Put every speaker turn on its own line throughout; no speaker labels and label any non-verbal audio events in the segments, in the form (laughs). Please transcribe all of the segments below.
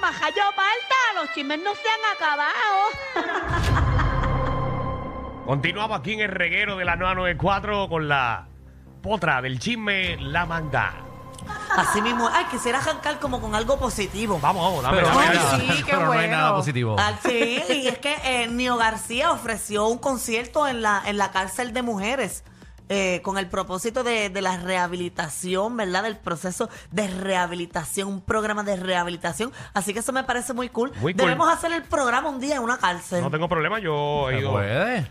Jaja, yo falta, los chismes no se han acabado.
Continuamos aquí en el reguero de la 994 con la potra del chisme, la manda.
Así mismo, ay, quisiera arrancar como con algo positivo.
Vamos, vamos, dame,
Ah, Pero,
dame.
no, hay
Ay,
dame.
nada-
sí, qué
pero no hay
bueno.
nada positivo.
Ah, sí, y es que eh, Nio García ofreció un concierto en la, en la cárcel de mujeres eh, con el propósito de, de la rehabilitación, ¿verdad? Del proceso de rehabilitación, un programa de rehabilitación. Así que eso me parece muy cool.
Muy cool.
Debemos hacer el programa un día en una cárcel.
No tengo problema, yo he
Se
ido.
puede.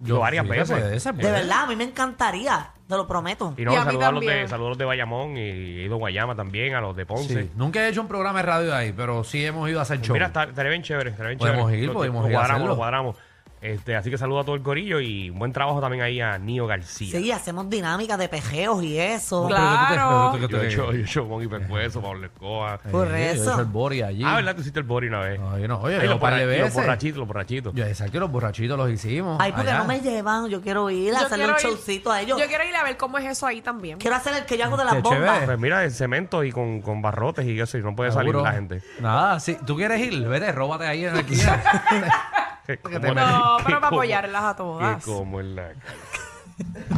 Yo varias
sí,
veces.
Se puede, se
De
de
puede.
verdad, a mí me encantaría, te lo prometo.
Y no,
Y a mí
saludos a los de,
también.
saludos a los de Bayamón y he ido a Guayama también, a los de
Sí.
Ponce.
Nunca he hecho un programa de radio ahí, pero sí hemos ido a hacer show.
Pues Mira, está- estaría bien chévere, estaría bien
Podemos
chévere.
ir,
Lo-
podemos
lo
ir a
cuadramos,
hacerlo.
lo cuadramos. Este, así que saludo a todo el corillo y buen trabajo también ahí a Nio García.
Sí, hacemos dinámicas de pejeos y eso.
Pero que tú te-
Claro.
pero tú
Yo
que-
he hecho, yo he hecho Bonnie Pescuezo, Pablo Escobar.
Eh,
Por
yo he hecho
eso.
el bori allí.
Ah, ¿verdad? Tú hiciste el bori una vez.
Ay, no,
Ay,
oye,
los,
un par de
borra- los
veces.
borrachitos, los borrachitos.
Yo, exacto, y los borrachitos los hicimos.
Ay, porque
allá.
no me llevan, yo quiero ir a
Yo
hacerle un
quiero ir-
showcito a ellos.
Yo quiero ir a ver cómo es eso ahí también.
Quiero hacer el que yo hago de las
Qué
bombas.
chévere.
Pues mira, el cemento y con, con barrotes y eso, y no puede salir
Seguro.
la gente.
Nada, si tú quieres ir, vete, róbate
(laughs)
ahí en la esquina. (laughs)
Como
te
en la- (laughs)
No, pero para
como-
apoyarlas a
que
todas.
como en
(laughs)
la-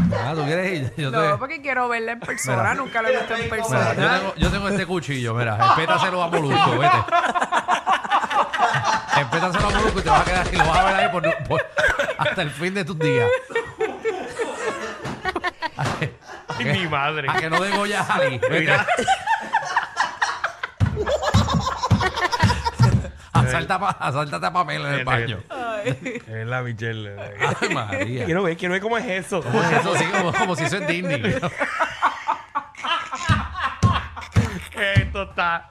Nada, Ah, tú quieres ir. Yo te-
No, porque quiero verla en persona,
Mira.
nunca lo he visto en
Mira,
persona. (laughs)
yo, tengo, yo tengo este cuchillo, mira, espétaselo a Molusco, vete. Espétaselo a Molusco y te vas a quedar y lo vas a ver ahí por- por- hasta el fin de tus días.
Ay, mi madre.
A Ah, que no degollas a alguien,
(laughs)
vete.
Mira.
Asalta pa- asáltate a Pamela en el baño.
(laughs) Es la Michelle.
Ay, María.
Quiero ver, quiero ver cómo es eso.
Como si eso, sí, como, como si eso es Disney.
(laughs) Esto está.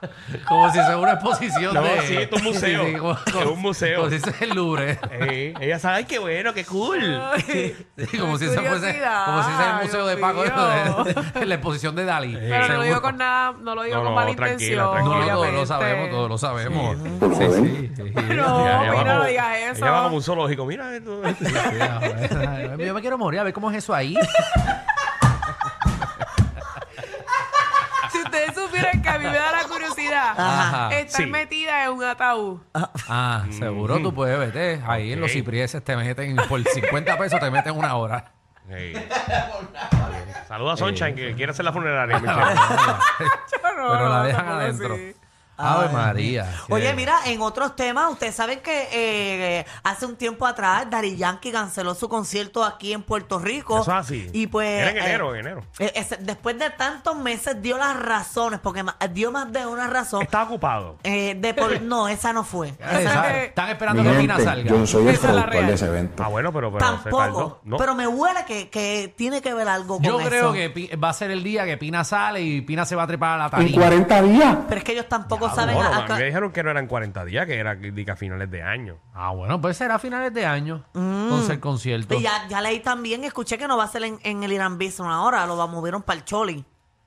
Como si eso es una exposición
No,
de...
sí, esto es un museo. Es un museo.
Como si eso es el Louvre.
Ey, ella sabe, ay, qué bueno, qué cool.
Ay,
Sí, como, si
qué
ese fuese,
curiosidad,
como si ese es el
Dios
museo de Paco
mío.
de- de (laughs) la exposición de Dalí.
Pero no lo digo
Seguro.
con nada, no lo digo
No,
con
no,
mala
tranquila,
intención.
tranquila.
No, no, todos lo
obviamente.
sabemos, todos lo sabemos. Sí, sí.
(laughs) No, mira,
va
no
como-
digas eso.
Ella va como un zoológico. Mira esto.
Yo me quiero morir, a ver cómo es eso ahí.
Si ustedes supieran que a mí me da la curiosidad
Ajá.
Ajá.
estar
sí.
metida en un ataúd. (laughs)
Mm.
Ah, seguro tú puedes vete. Ahí en los
Ok.
ciprieses te meten, por 50 pesos te meten una hora.
Ey. Saluda a Sunshine, que quiere hacer la funeraria. Michelle.
No,
Pero la
Ah,
no,
dejan
tampoco
adentro.
así.
Ave María.
Oye, mira, en otros temas, ustedes saben que eh, hace un tiempo atrás Dari Yankee canceló su concierto aquí en Puerto Rico.
Eso es así.
Y pues.
Era en enero,
eh,
en enero.
eh, ese- después de tantos meses dio las razones, porque ma- dio más de una razón.
Está ocupado.
eh,
(laughs)
de por- no, esa no fue.
Esa-
Esa no fue.
Están
Mi
esperando que Pina
gente,
salga.
Yo no soy el
Esa es la
productor
real.
de ese evento.
Ah, bueno, pero, pero se
Tampoco.
tardó. No.
Pero me huele que, que tiene que ver algo con
Yo creo
eso.
que Pi- va a ser el día que Pina sale y Pina se va a trepar a la
En
tarima.
40 días.
Pero es que ellos tampoco
Ah,
saben.
bueno,
a- a-
a mí me dijeron que no eran 40 días, que era que a finales de año.
Ah, bueno, pues será a finales de año. Entonces el concierto.
Mm. Y ya, ya leí también, escuché que no va a ser en, en el Irán Bistro una hora, lo va- movieron para el Choli.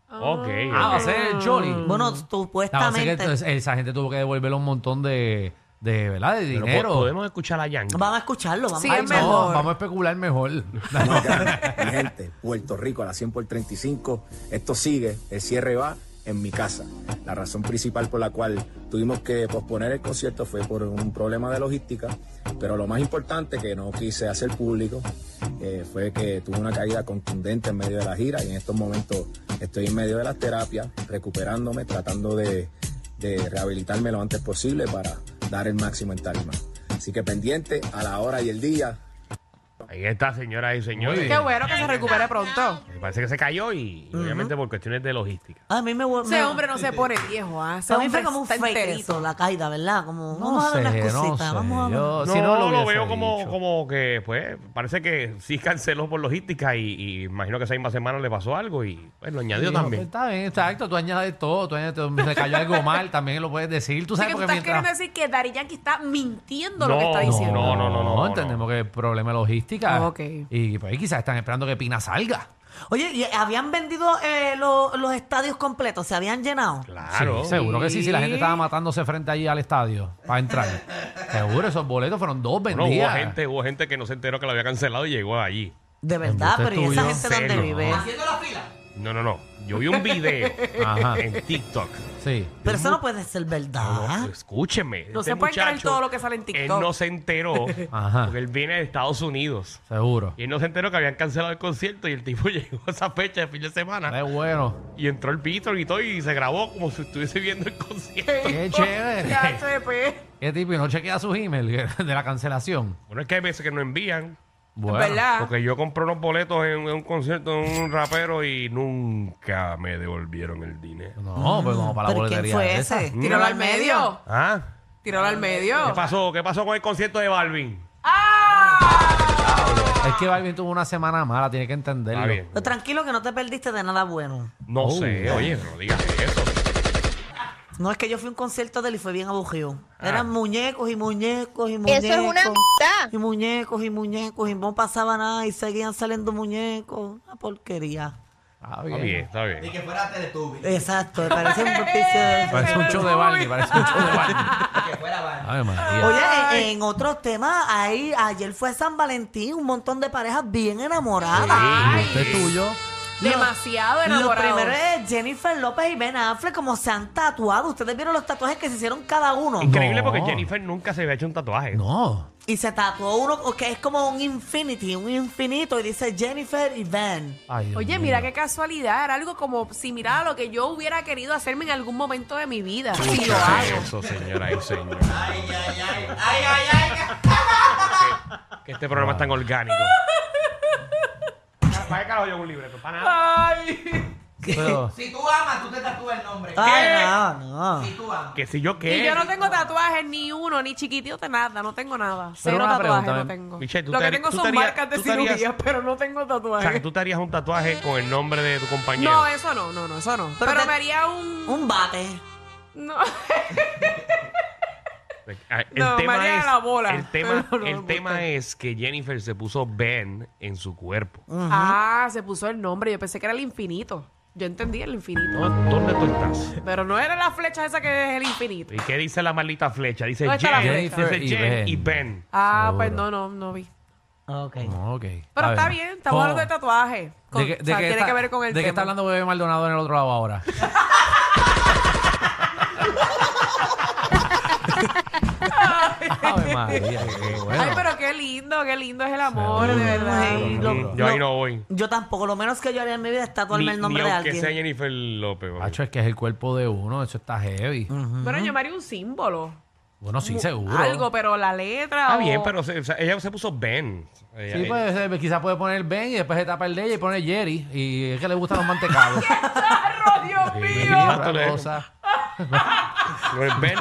Ok.
Ah, va a
ok.
ser el Jolly.
Bueno,
Mm. No, sé que
supuestamente
entonces esa gente tuvo que devolverle un montón de, de ¿verdad? De
Pero po-
dinero.
podemos escuchar a Yankee.
van a escucharlo, van
Sí,
a
es
No,
mejor.
vamos a especular mejor.
No, (laughs) mi gente, Puerto Rico a la 100 por 35. Esto sigue, el cierre va en mi casa. La razón principal por la cual tuvimos que posponer el concierto fue por un problema de logística, pero lo más importante que no quise hacer público eh, fue que tuve una caída contundente en medio de la gira y en estos momentos estoy en medio de las terapias, recuperándome, tratando de, de rehabilitarme lo antes posible para dar el máximo en tarima. Así que pendiente a la hora y el día,
Ahí está, señoras y señores.
Muy
Qué bueno que se recupere pronto.
Me parece que se cayó y, y obviamente por cuestiones de logística.
A mí me huele.
Ese hombre no se pone viejo, ¿ah? Ese
a mí
hombre
fue como un
está
fake
enterito.
eso, la caída, ¿verdad? Como,
No
vamos a
sé,
ver unas
no
cositas,
sé.
vamos a ver.
Yo,
No,
si no, lo,
lo
hubiese
veo como,
dicho.
como que, pues, parece que sí canceló por logística y, y imagino que esa misma semana le pasó algo y pues lo añadió
Sí, pues,
también.
Está bien, exacto. Tú añades todo. Tú añades todo. Me cayó algo mal, también lo puedes decir. Tú
Así que
sabes
tú
porque
estás queriendo
mientras...
decir que Dari Yankee está mintiendo
No,
lo que está diciendo.
No, no, no, no, no.
entendemos que es problema de logística.
Ah, ok.
Y pues quizás están esperando que Pina salga.
Oye, ¿y habían vendido eh, lo- los estadios completos? ¿Se habían llenado?
Claro.
Sí, seguro que sí, si la gente
Sí.
estaba matándose frente allí al estadio para entrar. seguro, esos boletos fueron dos
Bueno, hubo
vendidas.
gente, hubo gente que no se enteró que lo había cancelado y llegó allí.
De verdad,
Embuste
pero ¿y esa
tuyo.
gente dónde
Cero.
vive?
No, no, no. Yo vi un video
(laughs) Ajá.
en TikTok
Sí. Sí.
Pero eso no puede ser verdad.
No, escúcheme.
No
este
se puede creer
muchacho,
todo lo que sale en TikTok.
Él no se
(laughs)
enteró
Ajá.
porque él viene de Estados Unidos.
Seguro.
Y él no se enteró que habían cancelado el concierto y el tipo (laughs) llegó a esa fecha de fin de semana
Qué bueno.
y entró el Beatles y todo y se grabó como si estuviese viendo el concierto.
Qué
(laughs)
chévere.
HP.
Qué tipo, y no chequea sus emails (laughs) de la cancelación.
Bueno, es que hay veces que no envían.
Bueno.
¿Verdad?
Porque yo compré unos boletos en, en un concierto de un rapero y nunca me devolvieron el dinero.
No, pues como para la
¿Pero
boletería.
quién fue
esa.
ese?
Tíralo al medio.
¿Ah?
Tíralo al
¿Qué
medio.
pasó? ¿Qué pasó con el concierto de Balvin?
Es que Balvin tuvo una semana mala, tiene que entenderlo.
Está bien.
Pero Pues tranquilo que no te perdiste de nada bueno.
No
Oh.
sé, oye, no digas eso.
No, es que yo fui a un concierto de él y fue bien aburrido. Eran muñecos y muñecos y muñecos.
Eso es una mierda.
Y muñecos y muñecos y no pasaba nada y seguían saliendo muñecos. Una porquería.
Está
Está bien, está bien.
que fuera Teletubby.
Exacto, parece un propicio de...
Parece un show de Barney, parece un show de
(laughs)
Barney. Ay, María.
Oye, en, en otros temas, ahí, ayer fue San Valentín, un montón de parejas bien
Ah,
enamoradas.
¿Y usted es tuyo?
Demasiado
Lo
enamorado.
primero es Jennifer López y Ben Affleck como se han tatuado. Ustedes vieron los tatuajes que se hicieron cada uno.
Increíble
No.
porque Jennifer nunca se había hecho un tatuaje.
No.
Y se tatuó uno que es como un infinity, un infinito, y dice Jennifer y Ben.
Ay, Dios
Oye,
mío.
mira qué casualidad. Era algo como similar a lo que yo hubiera querido hacerme en algún momento de mi vida. Y lo
¿Qué
hago.
es eso, señora y señor?
Ay, ay, ay. Ay, ay, ay.
Que este programa es tan orgánico. ¿Para qué carajo yo un libreto? Para nada.
Pero-
Si tú amas, tú te tatúas el nombre.
Ay, no, no.
Si tú amas.
Que si yo qué.
Y yo no tengo tatuajes, ni uno, ni chiquitito, de nada. No tengo nada. Cero
una
tatuajes
pregunta,
no
ven.
tengo.
Michelle, ¿tú
lo
te
que
harías-
tengo
tú
son
te harías-
marcas de
tú te harías-
cirugía, pero no tengo
O sea, que
tatuajes.
tú te harías un tatuaje con el nombre de tu compañero.
No, eh, eso no, no, no, eso no.
Pero
Pero,
te-
me haría un...
Un bate.
No.
Ah, El
No,
tema
María
es
la bola.
el tema,
No, no,
el
no,
tema
no.
es que Jennifer se puso Ben en su cuerpo.
Ah, se puso el nombre. Yo pensé que era el infinito. Yo entendí el infinito.
¿Dó- ¿Dónde tú estás?
Pero no era la flecha esa que es el infinito.
¿Y qué dice la maldita flecha? Dice
¿Dónde está la
Jen,
flecha?
dice
Jennifer y
Jen
Ben.
y Ben.
Ah,
Seguro.
pues no, no, no vi.
Ok.
No, ok.
Pero está bien, estamos hablando de tatuaje. Con-
¿De qué- de
o sea,
qué
tiene
está-
que ver con el
¿De qué está
tema.
hablando Bebé Maldonado en el otro lado
(laughs)
ahora? (laughs) Ay, María, qué bueno.
Ay, pero qué lindo, qué lindo es el amor, de
Seguro.
verdad.
Ay,
lo-
Mm, yo ahí no voy.
Yo tampoco, lo menos que yo haría en mi vida es tatuarme
Ni,
el
ni
nombre de
aunque sea
alguien.
Jennifer López. papi.
Macho, es que es el cuerpo de uno, eso está heavy.
Bueno, yo me haría un símbolo.
Bueno, sí,
Mm. Mu-
seguro.
Algo, pero la letra. oh.
Ah,
o-
bien, pero se- o sea, ella se puso Ben. Ella-
Sí, pues eh, quizás puede poner Ben y después se tapa el de ella y pone Jerry. Y es que le gustan los
(laughs)
mantecados.
¡Charro, Dios
y
mío!
otra
(laughs)
cosa. (laughs)
Ben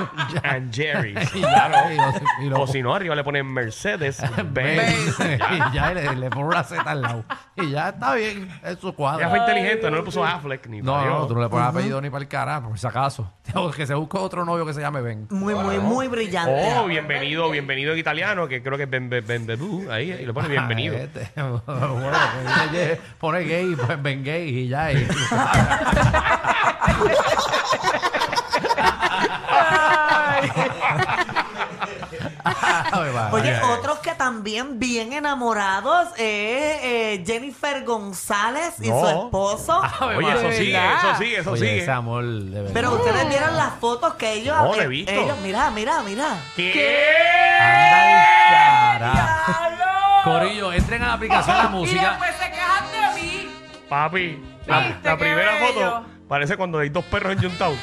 and Jerry.
Y ya, y lo- y lo-
o si no, arriba le ponen Mercedes
(laughs) Ben.
Ben.
(laughs) y ya y le, le pone una Z al lado. Y ya está bien, es su
Ella fue
cuadro.
inteligente, no le puso Affleck ni
No,
para
no,
Dios.
tú no le pones apellido ni para el carajo, por si acaso. (laughs) Tengo que se busque otro novio que se llame Ben.
Muy, muy, muy brillante.
Oh, bienvenido, bienvenido en italiano, que creo que es ben, ben, Benvenu, ahí, y le pone bienvenido.
Ah, este. (laughs) bueno, que pone gay, pues, Ben gay y
(laughs)
ya. y- (laughs) (laughs) Ay, vaya.
Oye,
Oh, Ay, ay, ay.
otros que también bien enamorados es eh, Jennifer González y
No.
su esposo.
Oye, eso
de
sigue,
verdad.
eso sigue, eso
Oye, ese
sigue.
amor de verdad.
Pero ustedes vieron las fotos que ellos...
No, lo he
eh,
visto.
Ellos, mira, mira, mira.
¿Qué?
Anda el carajo.
¡Diablo!
Corillo, entren a la aplicación de
Y
música.
después se quejan de mí.
Papi, la,
Viste,
la
qué
primera
bello.
foto parece cuando hay dos perros
(laughs)
enjuntados.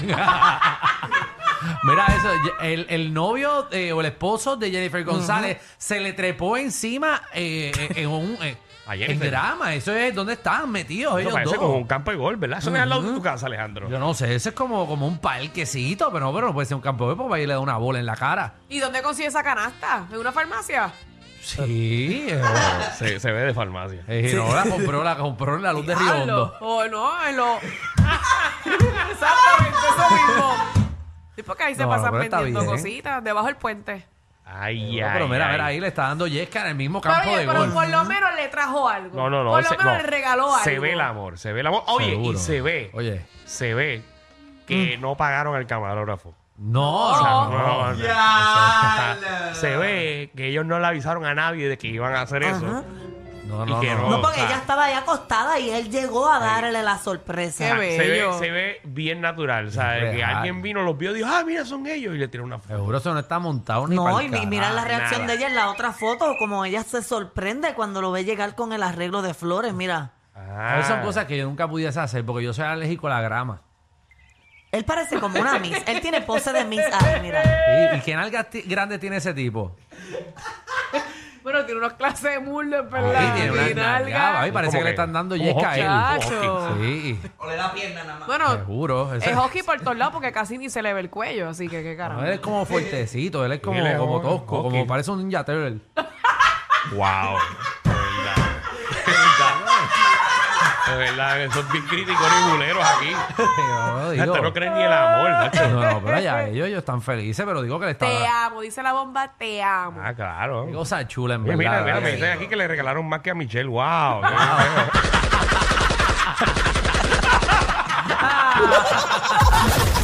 Mira eso, el, el novio eh, o el esposo de Jennifer González se le trepó encima eh, eh, en un eh,
A
en
Jennifer.
drama. Eso es donde están metidos
Eso
ellos
parece
dos.
como un campo de gol, ¿verdad? Eso no es al lado de tu casa, Alejandro.
Yo no sé, eso es como, como un parquecito, pero no, pero no puede ser un campo de porque ahí le da una bola en la cara.
¿Y dónde consigue esa canasta? ¿En una farmacia?
Sí, eh,
Se, se ve de farmacia.
eh, no, la compró, la compró en la luz de
Diablo.
Riondo.
O Oh, no, en lo. (laughs) Exactamente, eso mismo. Sí, porque ahí se
No,
pasan
pero está
vendiendo
bien.
cositas debajo del puente.
Ay, ay,
Pero mira,
ay.
mira, ahí le está dando yesca en el mismo
Pero,
campo
oye,
de
pero
gol.
por lo menos le trajo algo.
No, no, no.
Por lo
se-
menos
no.
le regaló algo.
Se ve el amor, se ve el amor. Oye,
Seguro.
y se ve,
Oye,
se ve
Mm.
que no pagaron al camarógrafo. Ah,
no,
No.
o sea,
No,
no.
no, (laughs) no.
Ya.
Se ve que ellos no le avisaron a nadie de que iban a hacer eso.
No,
Y
no,
que
no.
no.
No, porque
Ah.
ella estaba ahí acostada y él llegó a darle la
Qué
sorpresa.
bello.
se, ve, se ve bien natural. O sea,
Es
que
real.
alguien vino, los vio y dijo, ah, mira, son ellos. Y le tiró una foto.
Seguro eso no está montado ni
No,
pa'l
y mi- mira la
carajo,
reacción
nada.
de ella en la otra foto, como ella se sorprende cuando lo ve llegar con el arreglo de flores. Mira,
Ah.
carajo. Esas son cosas que yo nunca pudiese hacer porque yo soy alérgico a la grama.
él parece como una Miss. Él tiene pose de Miss. Ah, mira.
¿Y, y qué nalgas ti- grandes tiene ese tipo?
Bueno, tiene unas clases de muslo, en
Ay,
verdad.
tiene una
y
nalga.
nalga.
Ay, parece
Como
que le están dando
como
yesca a
hockey,
él.
como
Chacho.
hockey.
Sí,
O le da pierna nada más.
Bueno,
seguro. Ese-
es hockey por todos lados porque casi ni se le ve el cuello, así que qué
No,
carajo.
él es como fuertecito, él es como,
Él es
como
hockey.
tosco, como parece un Ninja
(laughs)
Turtle. (laughs)
Wow. De verdad. De verdad. De verdad, que son bien críticos ni buleros aquí.
Yo digo-
Hasta no creen ni el
(laughs)
amor, macho.
No, no, pero allá ellos, ellos están felices, pero digo que le está
Te amo, dice la bomba, te amo.
Ah, claro.
Qué cosa chula, en
Oye,
verdad.
mira, mira, me
¿verdad?
dicen aquí que le regalaron más que a Michelle. Wow.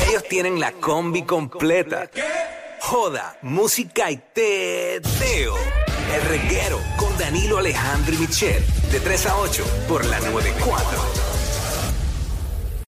Ellos tienen la combi completa. Joda, música y teo. El reguero con Danilo Alejandro y Michel. De 3 a 8 por la 94.